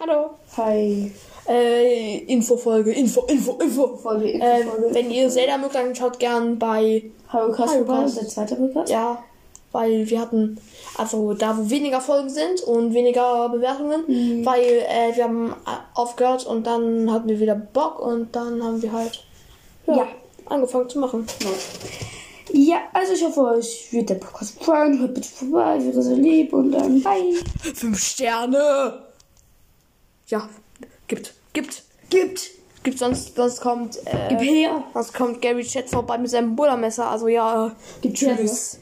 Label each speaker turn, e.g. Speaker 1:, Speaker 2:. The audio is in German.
Speaker 1: Hallo.
Speaker 2: Hi.
Speaker 1: Äh, Infofolge, Info, Info, Info.
Speaker 2: Folge,
Speaker 1: Äh,
Speaker 2: Infofolge.
Speaker 1: wenn ihr Zelda mögt, dann schaut gern bei,
Speaker 2: Hallo Krass,
Speaker 1: Hallo,
Speaker 2: Lukas.
Speaker 1: Lukas.
Speaker 2: der zweite Lukas.
Speaker 1: ja, weil wir hatten, also da wo weniger Folgen sind und weniger Bewertungen, weil äh, wir haben a- aufgehört und dann hatten wir wieder Bock und dann haben wir halt ja,
Speaker 2: Ja.
Speaker 1: angefangen zu machen.
Speaker 2: Ja, also ich hoffe, euch wird der Podcast gefallen. Hört bitte vorbei, wäre so lieb und dann bye.
Speaker 1: Fünf Sterne! Ja, gibt, gibt,
Speaker 2: Gibt.
Speaker 1: gibt, sonst, sonst kommt,
Speaker 2: Gib
Speaker 1: äh,
Speaker 2: her.
Speaker 1: sonst kommt Gary Chat vorbei mit seinem Bullermesser, also ja, äh,
Speaker 2: Gib her.
Speaker 1: tschüss.